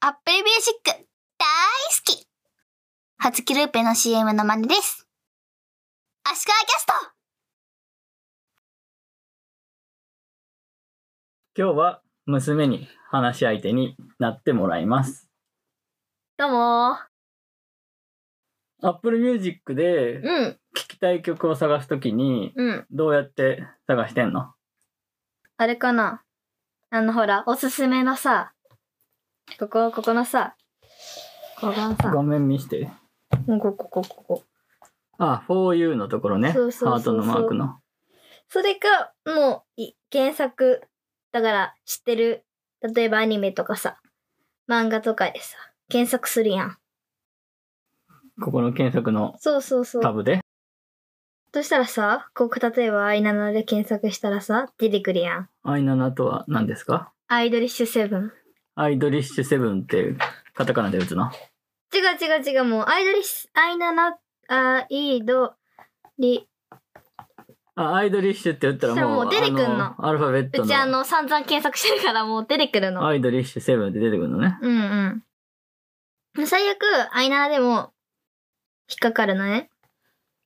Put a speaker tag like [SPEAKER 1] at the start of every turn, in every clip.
[SPEAKER 1] アップルミュージック大好きはつきルーペの CM の真似です。足利キャスト
[SPEAKER 2] 今日は娘に話し相手になってもらいます。
[SPEAKER 1] どうも
[SPEAKER 2] Apple Music で
[SPEAKER 1] うん、
[SPEAKER 2] 聴きたい曲を探すときに
[SPEAKER 1] うん。
[SPEAKER 2] どうやって探してんの
[SPEAKER 1] あれかなあの、ほら、おすすめのさ、ここ、ここのさ、ここのさ、
[SPEAKER 2] 画面見して。
[SPEAKER 1] うんここ、ここ、ここ。
[SPEAKER 2] あ、For You のところね。
[SPEAKER 1] そうそうそうそ
[SPEAKER 2] ハー
[SPEAKER 1] う
[SPEAKER 2] トのマークの。
[SPEAKER 1] それか、もう、い原作。だから、知ってる。例えばアニメとかさ、漫画とかでさ、検索するやん。
[SPEAKER 2] ここの検索の
[SPEAKER 1] そうそうそう。
[SPEAKER 2] タブで。
[SPEAKER 1] そしたらさ、こう、例えばアイナナで検索したらさ、出てくるやん。
[SPEAKER 2] アイナナとは何ですか
[SPEAKER 1] アイドリッシュセブン。
[SPEAKER 2] アイドリッシュセブンっていうカタカナで打つの。
[SPEAKER 1] 違う違う違う、もう、アイドリッシュ、アイナナ、アイドリ、
[SPEAKER 2] あ、アイドリッシュって打ったらもう、
[SPEAKER 1] そしたらもう出てくんの
[SPEAKER 2] あアルファベット
[SPEAKER 1] う
[SPEAKER 2] の。
[SPEAKER 1] ちあの、散々検索してるからもう出てくるの。
[SPEAKER 2] アイドリッシュセブンって出てくるのね。
[SPEAKER 1] うんうん。最悪、アイナナでも、引っかかるのね。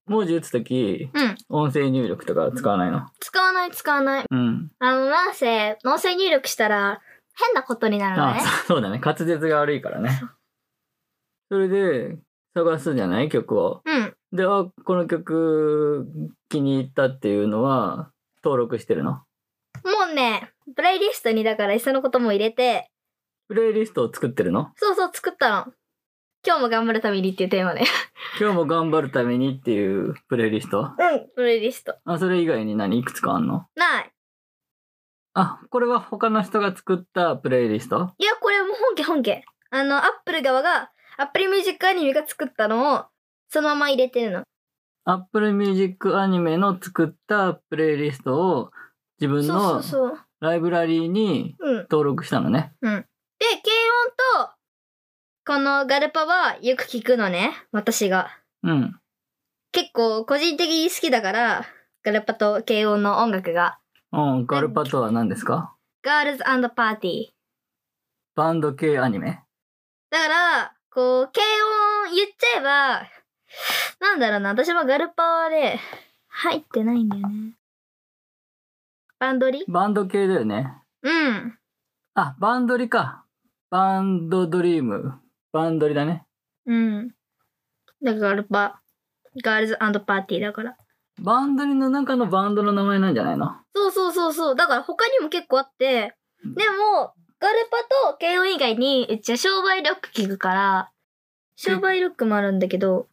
[SPEAKER 2] 文字打つとき、
[SPEAKER 1] うん。
[SPEAKER 2] 音声入力とか使わないの。
[SPEAKER 1] 使わない使わない。
[SPEAKER 2] うん。
[SPEAKER 1] あの、なんせ、音声入力したら、変なことになるの
[SPEAKER 2] あ
[SPEAKER 1] ね。
[SPEAKER 2] そうそうだね。滑舌が悪いからね。それで、探すじゃない曲を。
[SPEAKER 1] うん。
[SPEAKER 2] で、あ、この曲気に入ったっていうのは、登録してるの。
[SPEAKER 1] もうね、プレイリストにだから、いっそのことも入れて、
[SPEAKER 2] プレイリストを作ってるの。
[SPEAKER 1] そうそう作ったの。今日も頑張るためにっていうテーマで。
[SPEAKER 2] 今日も頑張るためにっていうプレイリスト。
[SPEAKER 1] うん。プレイリスト。
[SPEAKER 2] あ、それ以外に何いくつかあんの
[SPEAKER 1] ない。
[SPEAKER 2] あ、これは他の人が作ったプレイリスト
[SPEAKER 1] いや、これはもう本家本家。あの、アップル側が、アップルミュージックアニメが作ったのを、そのまま入れてるの。
[SPEAKER 2] Apple Music アニメの作ったプレイリストを自分
[SPEAKER 1] そうそ
[SPEAKER 2] の
[SPEAKER 1] うそう。
[SPEAKER 2] ライブラリーに
[SPEAKER 1] うん。
[SPEAKER 2] 登録したのね。
[SPEAKER 1] で、軽音と、このガルパはよく聞くのね。私が。
[SPEAKER 2] うん。
[SPEAKER 1] 結構個人的に好きだから、ガルパと軽音の音楽が。
[SPEAKER 2] うん、ガルパとは何ですか
[SPEAKER 1] ガールズパーティー。
[SPEAKER 2] バンド系アニメ。
[SPEAKER 1] だから、こう、軽音言っちゃえば、なんだろうな、私はガルパーで入ってないんだよね。バンドリ
[SPEAKER 2] バンド系だよね。
[SPEAKER 1] うん。
[SPEAKER 2] あ、バンドリか。バンドドリーム。バンドリだね。
[SPEAKER 1] うん。だからガルパ、ガールズパーティーだから。
[SPEAKER 2] バンドリの中のバンドの名前なんじゃないの
[SPEAKER 1] そうそうそうそう。だから他にも結構あって、でも、ガルパと軽音以外に、うちは商売ロック聞くから、商売ロックもあるんだけど、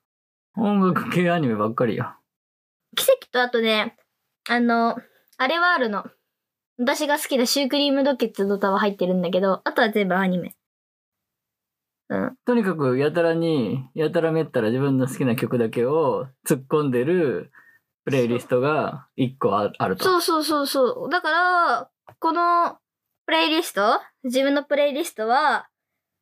[SPEAKER 2] 音楽系アニメばっかりよ。
[SPEAKER 1] 奇跡とあとね、あの、あれはあるの。私が好きなシュークリームドケツドタは入ってるんだけど、あとは全部アニメ。うん。
[SPEAKER 2] とにかくやたらにやたらめったら自分の好きな曲だけを突っ込んでるプレイリストが1個ああると。
[SPEAKER 1] そうそうそうそう。だから、このプレイリスト、自分のプレイリストは、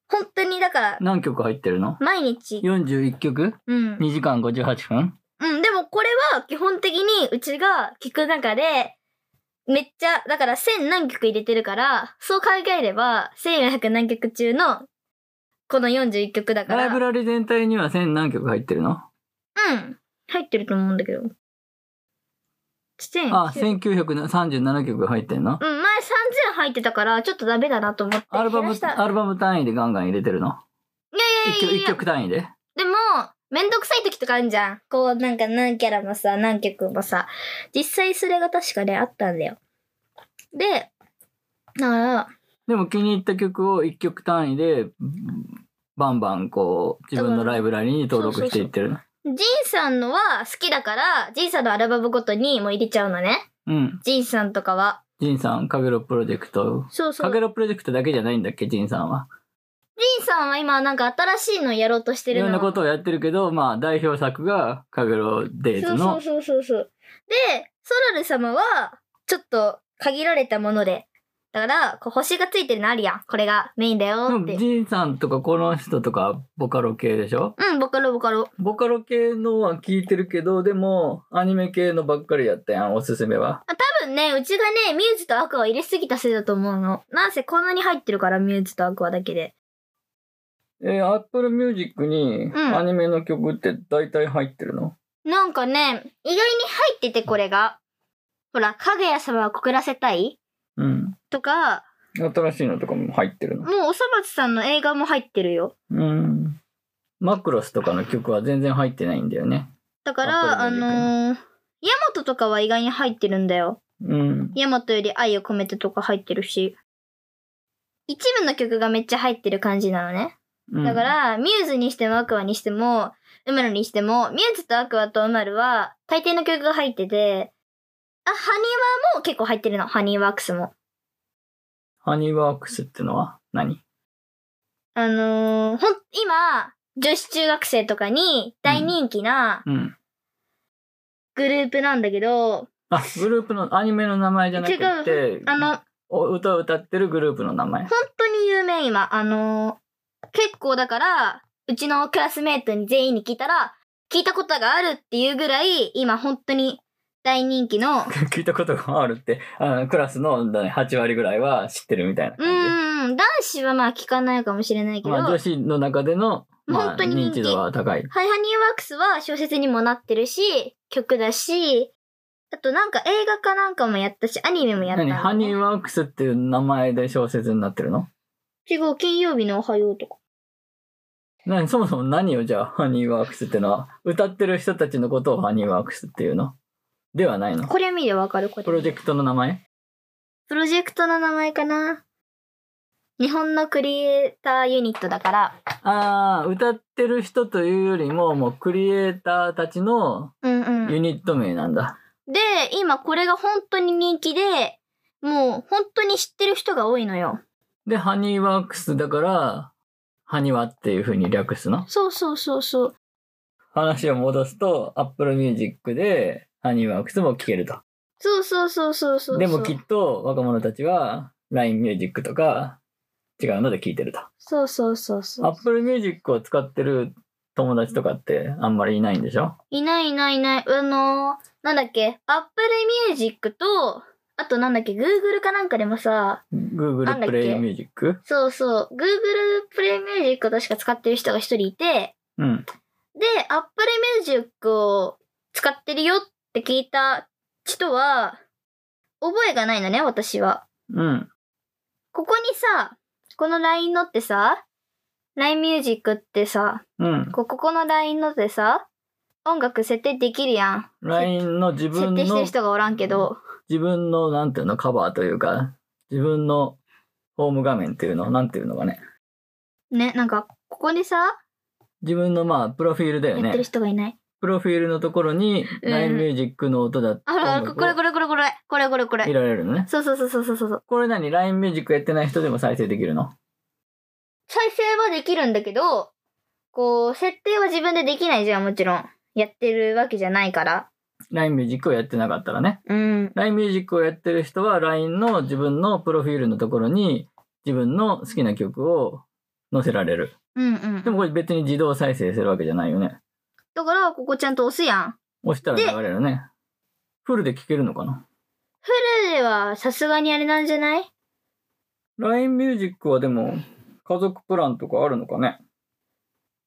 [SPEAKER 1] 本当にだから、
[SPEAKER 2] 何曲入ってるの
[SPEAKER 1] 毎日。
[SPEAKER 2] ?41 曲
[SPEAKER 1] うん。
[SPEAKER 2] ?2 時間58分
[SPEAKER 1] うん、でもこれは基本的にうちが聞く中で、めっちゃ、だから1000何曲入れてるから、そう考えれば1400何曲中のこの41曲だか
[SPEAKER 2] ライ
[SPEAKER 1] ら。
[SPEAKER 2] ブラリ全体には1000何曲入ってるの
[SPEAKER 1] うん。入ってると思うんだけど。1000。
[SPEAKER 2] あ、1937曲入ってんの
[SPEAKER 1] うん、前3000入ってたから、ちょっとダメだなと思って。
[SPEAKER 2] アルバム、
[SPEAKER 1] 減らした
[SPEAKER 2] アルバム単位でガンガン入れてるの
[SPEAKER 1] いやいやいや
[SPEAKER 2] ?1
[SPEAKER 1] いや。
[SPEAKER 2] 曲単位で。
[SPEAKER 1] でも、めんどくさい時とかあるじゃん。こう、なんか何キャラもさ、何曲もさ。実際それが確かね、あったんだよ。で、だから、
[SPEAKER 2] でも気に入った曲を1曲単位でバンバンこう自分のライブラリに登録していってるの。
[SPEAKER 1] ジンさんのは好きだから、ジンさんのアルバムごとにもう入れちゃうのね。
[SPEAKER 2] うん。
[SPEAKER 1] ジンさんとかは。
[SPEAKER 2] ジンさん、かげろプロジェクト。
[SPEAKER 1] そうそ
[SPEAKER 2] か
[SPEAKER 1] う。
[SPEAKER 2] げ
[SPEAKER 1] ジ
[SPEAKER 2] ろプロジェクトだけじゃないんだっけ、ジンさんは。
[SPEAKER 1] ンさんは今なんか新しいのやろうとして
[SPEAKER 2] い
[SPEAKER 1] るの。
[SPEAKER 2] ろんなことをやってるけど、まあ代表作がかげろデイズ
[SPEAKER 1] そうそ
[SPEAKER 2] の
[SPEAKER 1] うそうそうそう。で、ソラル様は、ちょっと限られたもので。だから、こう星がついてるのあるやん。これがメインだよっ
[SPEAKER 2] で
[SPEAKER 1] て
[SPEAKER 2] も。ジンさんとかこの人とかボカロ系でしょ
[SPEAKER 1] うん、ボカロボカロ。
[SPEAKER 2] ボカロ系のは聞いてるけど、でもアニメ系のばっかりやったやん、おすすめは。
[SPEAKER 1] 多分ね、うちがね、ミューズとアクアを入れすぎたせいだと思うの。なんせこんなに入ってるから、ミューズとアクアだけで。
[SPEAKER 2] えー、Apple Music に
[SPEAKER 1] うん
[SPEAKER 2] アニメの曲って大体入ってるの、
[SPEAKER 1] なんかね、意外に入っててこれが。ほら、かぐや様は告らせたい
[SPEAKER 2] うん、
[SPEAKER 1] とか、
[SPEAKER 2] 新しいのとかも入ってるの
[SPEAKER 1] もうおそ松さんの映画も入ってるよ。
[SPEAKER 2] うん。マクロスとかの曲は全然入ってないんだよね。
[SPEAKER 1] だか
[SPEAKER 2] わ
[SPEAKER 1] ら、
[SPEAKER 2] か
[SPEAKER 1] あ
[SPEAKER 2] るね
[SPEAKER 1] のー、ヤマトとかは意外に入ってるんだよ。
[SPEAKER 2] うん。
[SPEAKER 1] ヤマトより愛を込めてとか入ってるし。一部の曲がめっちゃ入ってる感じなのね。だか、ら、ミューズにしてもアクアにしても、ウマルにしても、ミューズとアクアとウマルは、大抵の曲が入ってて、あ、ハニワも結構入ってるの。ハニーワークスも。
[SPEAKER 2] ハニーワークスってのは何
[SPEAKER 1] あのーほん、今、女子中学生とかに大人気な
[SPEAKER 2] うん。
[SPEAKER 1] グループなんだけど、
[SPEAKER 2] あ、グループの、アニメの名前じゃなくて、
[SPEAKER 1] あの、本
[SPEAKER 2] お歌を歌ってるグループの名前。
[SPEAKER 1] 当に有名今、あのー結構だから、うちのクラスメイトに全員に聞いたら、聞いたことがあるっていうぐらい、今本当に大人気の、
[SPEAKER 2] 聞いたことがあるって、あのクラスのだね8割ぐらいは知ってるみたいな
[SPEAKER 1] う
[SPEAKER 2] 感
[SPEAKER 1] ーん、男子はまあ聞かないかもしれない
[SPEAKER 2] じ。
[SPEAKER 1] けど、
[SPEAKER 2] まあ、女子の中での、まあ、
[SPEAKER 1] 本当に人
[SPEAKER 2] 認
[SPEAKER 1] 気
[SPEAKER 2] 知度は高い。
[SPEAKER 1] ハイハニーワークスは小説にもなってるし、曲だし、あとなんか映画かなんかもやったし、アニメもやった
[SPEAKER 2] 何
[SPEAKER 1] んだね、
[SPEAKER 2] ハニーワークスっていう名前で小説になってるの
[SPEAKER 1] 違う、金曜日のおはようとか。
[SPEAKER 2] 何そもそも何をじゃあハニーワークスってのは歌ってる人たちのことをハニーワークスっていうのではないの
[SPEAKER 1] これ見ればわかる、これ。
[SPEAKER 2] プロジェクトの名前
[SPEAKER 1] プロジェクトの名前かな。日本のクリエイターユニットだから。
[SPEAKER 2] ああ歌ってる人というよりももうクリエイターたちの
[SPEAKER 1] うんう
[SPEAKER 2] ユ
[SPEAKER 1] ん。
[SPEAKER 2] ニット名なんだ、
[SPEAKER 1] で、今これが本当に人気で、もう本当に知ってる人が多いのよ。
[SPEAKER 2] でハニーワークスだからハニワっていう風に略すの
[SPEAKER 1] そうそうそうそう。
[SPEAKER 2] 話を戻すと Apple Music でハニーワークスも聴けると
[SPEAKER 1] そうそうそうそうそうそう。
[SPEAKER 2] でもきっと若者たちは LINE Music とか違うので聴いてると
[SPEAKER 1] そうそうそうそう。
[SPEAKER 2] Apple Music を使ってる友達とかってあんまりいないんでしょ
[SPEAKER 1] いないいないいない。あのー、なんだっけ、Apple Music と、あとなんだっけ、Google かなんかでもさ、なん
[SPEAKER 2] ?Google
[SPEAKER 1] だっけ
[SPEAKER 2] Play Music?
[SPEAKER 1] そうそう。Google Play Music を確か使ってる人が一人いて、
[SPEAKER 2] うん。
[SPEAKER 1] で、Apple Music を使ってるよって聞いた人は、覚えがないのね、私は。
[SPEAKER 2] うん。
[SPEAKER 1] ここにさ、この LINE のってさ、LINE Music ってさ、
[SPEAKER 2] うん。
[SPEAKER 1] こここの LINE のってさ、音楽設定できるやん。
[SPEAKER 2] LINE の自
[SPEAKER 1] 設
[SPEAKER 2] 分
[SPEAKER 1] 定して
[SPEAKER 2] の
[SPEAKER 1] る、人がおらんけど。
[SPEAKER 2] 自分の、なんていうの、カバーというか、自分のホーム画面っていうの、なんていうのかね。
[SPEAKER 1] ね、なんか、ここにさ、
[SPEAKER 2] 自分のまあ、プロフィールだよ
[SPEAKER 1] やってる
[SPEAKER 2] ね。
[SPEAKER 1] 人がいない。
[SPEAKER 2] プロフィールのところに、
[SPEAKER 1] うん
[SPEAKER 2] LINE Music の音だっ
[SPEAKER 1] あ、ほら、
[SPEAKER 2] 音楽を
[SPEAKER 1] これこれこれこれ、これこれこ
[SPEAKER 2] 入
[SPEAKER 1] れ。
[SPEAKER 2] れられるのね。
[SPEAKER 1] そうそうそうそうそうそう。
[SPEAKER 2] これ何 ?LINE Music やってない人でも再生できるの
[SPEAKER 1] 再生はできるんだけど、こう、設定は自分でできないじゃん、もちろん。やってるわけじゃないから。
[SPEAKER 2] ?LINE Music をやってなかったらね。
[SPEAKER 1] うん。
[SPEAKER 2] LINE ミュージックをやってる人は LINE の自分のプロフィールのところに自分の好きな曲を載せられる。
[SPEAKER 1] うんうん。
[SPEAKER 2] でもこれ別に自動再生するわけじゃないよね。
[SPEAKER 1] だから、ここちゃんと押すやん。
[SPEAKER 2] 押したら流れるね。フルで聴けるのかな
[SPEAKER 1] フルでは、さすがにあれなんじゃない
[SPEAKER 2] ?LINE ミュージックはでも家族プランとかあるのかね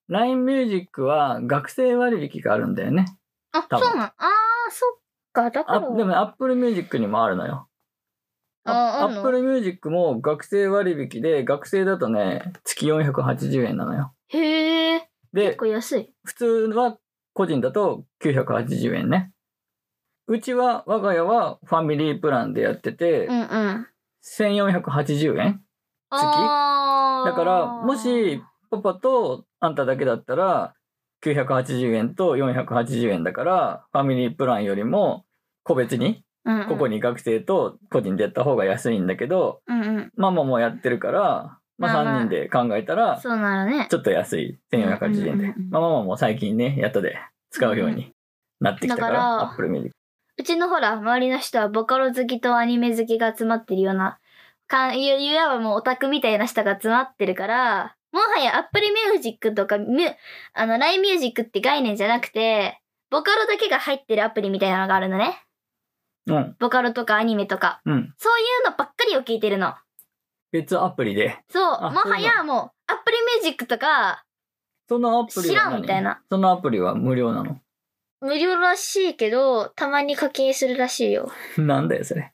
[SPEAKER 2] ?LINE ミュージックは学生割引があるんだよね。
[SPEAKER 1] あ、
[SPEAKER 2] 多
[SPEAKER 1] そう
[SPEAKER 2] 分
[SPEAKER 1] なのあー、そっか。だから。
[SPEAKER 2] あでも Apple Music にもあるのよ。
[SPEAKER 1] ああんの
[SPEAKER 2] Apple Music も学生割引で学生だとね月480円なのよ。
[SPEAKER 1] へえ。
[SPEAKER 2] で
[SPEAKER 1] 結構安い。
[SPEAKER 2] 普通は個人だと980円ね。うちは、我が家はファミリープランでやってて、
[SPEAKER 1] うんうん。
[SPEAKER 2] 1480円。
[SPEAKER 1] あー
[SPEAKER 2] だから、もし、パパとあんただけだったら、980円と480円だから、ファミリープランよりも、個別に、
[SPEAKER 1] うんうん
[SPEAKER 2] ここ。に学生と個人でやった方が安いんだけど、
[SPEAKER 1] うんうん。
[SPEAKER 2] ママもやってるから、ま
[SPEAKER 1] ま
[SPEAKER 2] あ
[SPEAKER 1] あまあ
[SPEAKER 2] 3人で考えたら、
[SPEAKER 1] そうならね。
[SPEAKER 2] ちょっと安い1480円で
[SPEAKER 1] うんうんうんう。ん
[SPEAKER 2] まあママも最近ね、やっとで使うようになってきたか、
[SPEAKER 1] だからら
[SPEAKER 2] アップルミュージック。
[SPEAKER 1] うちのほら、周りの人はボカロ好きとアニメ好きが集まってるような、かいいわばもうオタクみたいな人が集まってるから、もはやアップルミュージックとか、ミュあの、LINE ミュージックって概念じゃなくて、ボカロだけが入ってるアプリみたいなのがあるのね。
[SPEAKER 2] うん、
[SPEAKER 1] ボカロとかアニメとか。
[SPEAKER 2] うん。
[SPEAKER 1] そういうのばっかりを聞いてるの。
[SPEAKER 2] 別アプリで。
[SPEAKER 1] そう、
[SPEAKER 2] あ
[SPEAKER 1] もは
[SPEAKER 2] そう
[SPEAKER 1] やもう、アップルミュージックとか、
[SPEAKER 2] そのアプリは何
[SPEAKER 1] 知らんみたいな。
[SPEAKER 2] そのアプリは無料なの。
[SPEAKER 1] 無料らしいけど、たまに課金するらしいよ。
[SPEAKER 2] なんだよ、それ。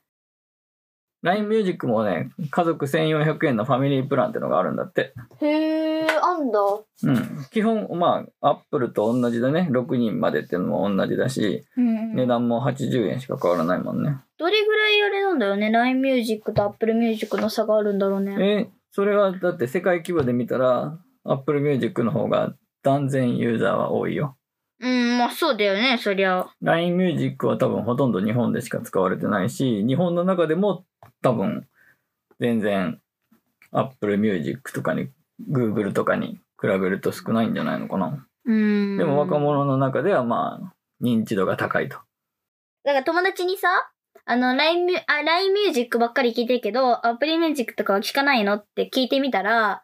[SPEAKER 2] LINE ミュージックもね、家族1400円のファミリープランってのがあるんだって。
[SPEAKER 1] へー、あんだ。
[SPEAKER 2] うん。基本、まあ、アップルと同じだね。6人までってのも同じだし、
[SPEAKER 1] うん
[SPEAKER 2] 値段も80円しか変わらないもんね。
[SPEAKER 1] どれぐらいあれなんだよね LINE ミュージックと Apple ミュージックの差があるんだろう
[SPEAKER 2] え、
[SPEAKER 1] ね
[SPEAKER 2] それはだって世界規模で見たら、アップルミュージックの方が断然ユーザーは多いよ。
[SPEAKER 1] うんまあそうだよねそりゃ
[SPEAKER 2] LINE ミュージックは多分ほとんど日本でしか使われてないし、日本の中でも多分全然 Apple ミュージックとかに Google とかに比べると少ないんじゃないのかな。
[SPEAKER 1] うん
[SPEAKER 2] でも若者の中ではまあ認知度が高いと。
[SPEAKER 1] だから友達にさあの LINE ミュあ LINE ミュージックばっかり聞いてるけど Apple ミュージックとかは聞かないのって聞いてみたら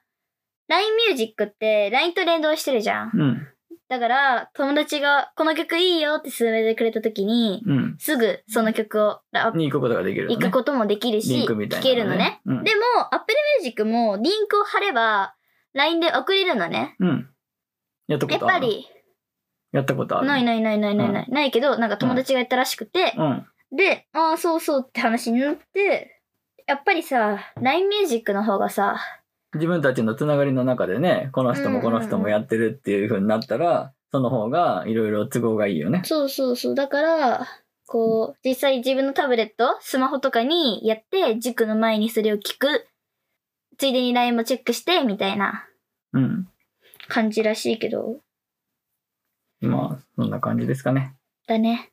[SPEAKER 1] LINE ミュージックって LINE と連動してるじゃん
[SPEAKER 2] うん。
[SPEAKER 1] だから友達がこの曲いいよって勧めてくれた時に
[SPEAKER 2] うん。
[SPEAKER 1] すぐその曲をあ
[SPEAKER 2] に行くことができるよね。
[SPEAKER 1] 行くこともできるし、
[SPEAKER 2] リンクみたい
[SPEAKER 1] 聞
[SPEAKER 2] な、
[SPEAKER 1] けるのね。。
[SPEAKER 2] うん。
[SPEAKER 1] でも、Apple Music もリンクを貼れば、LINE で送れるのね。
[SPEAKER 2] うん。やったこ
[SPEAKER 1] やっ
[SPEAKER 2] とある
[SPEAKER 1] ぱり、
[SPEAKER 2] やったことある
[SPEAKER 1] ないないないないないない、ないけど、なんか友達がやったらしくて、
[SPEAKER 2] うん。
[SPEAKER 1] で、ああ、そうそうって話になって、やっぱりさ、LINE Music の方がさ、
[SPEAKER 2] 自分たちのつながりの中でね、この人もこの人もやってるっていう風になったら、その方がいろいろ都合がいいよね。
[SPEAKER 1] そうそうそう、だから、こう、実際自分のタブレット、スマホとかにやって、塾の前にそれを聞く。ついでに LINE もチェックして、みたいな
[SPEAKER 2] うん。
[SPEAKER 1] 感じらしいけど、
[SPEAKER 2] まあ、そんな感じですかね。
[SPEAKER 1] だね。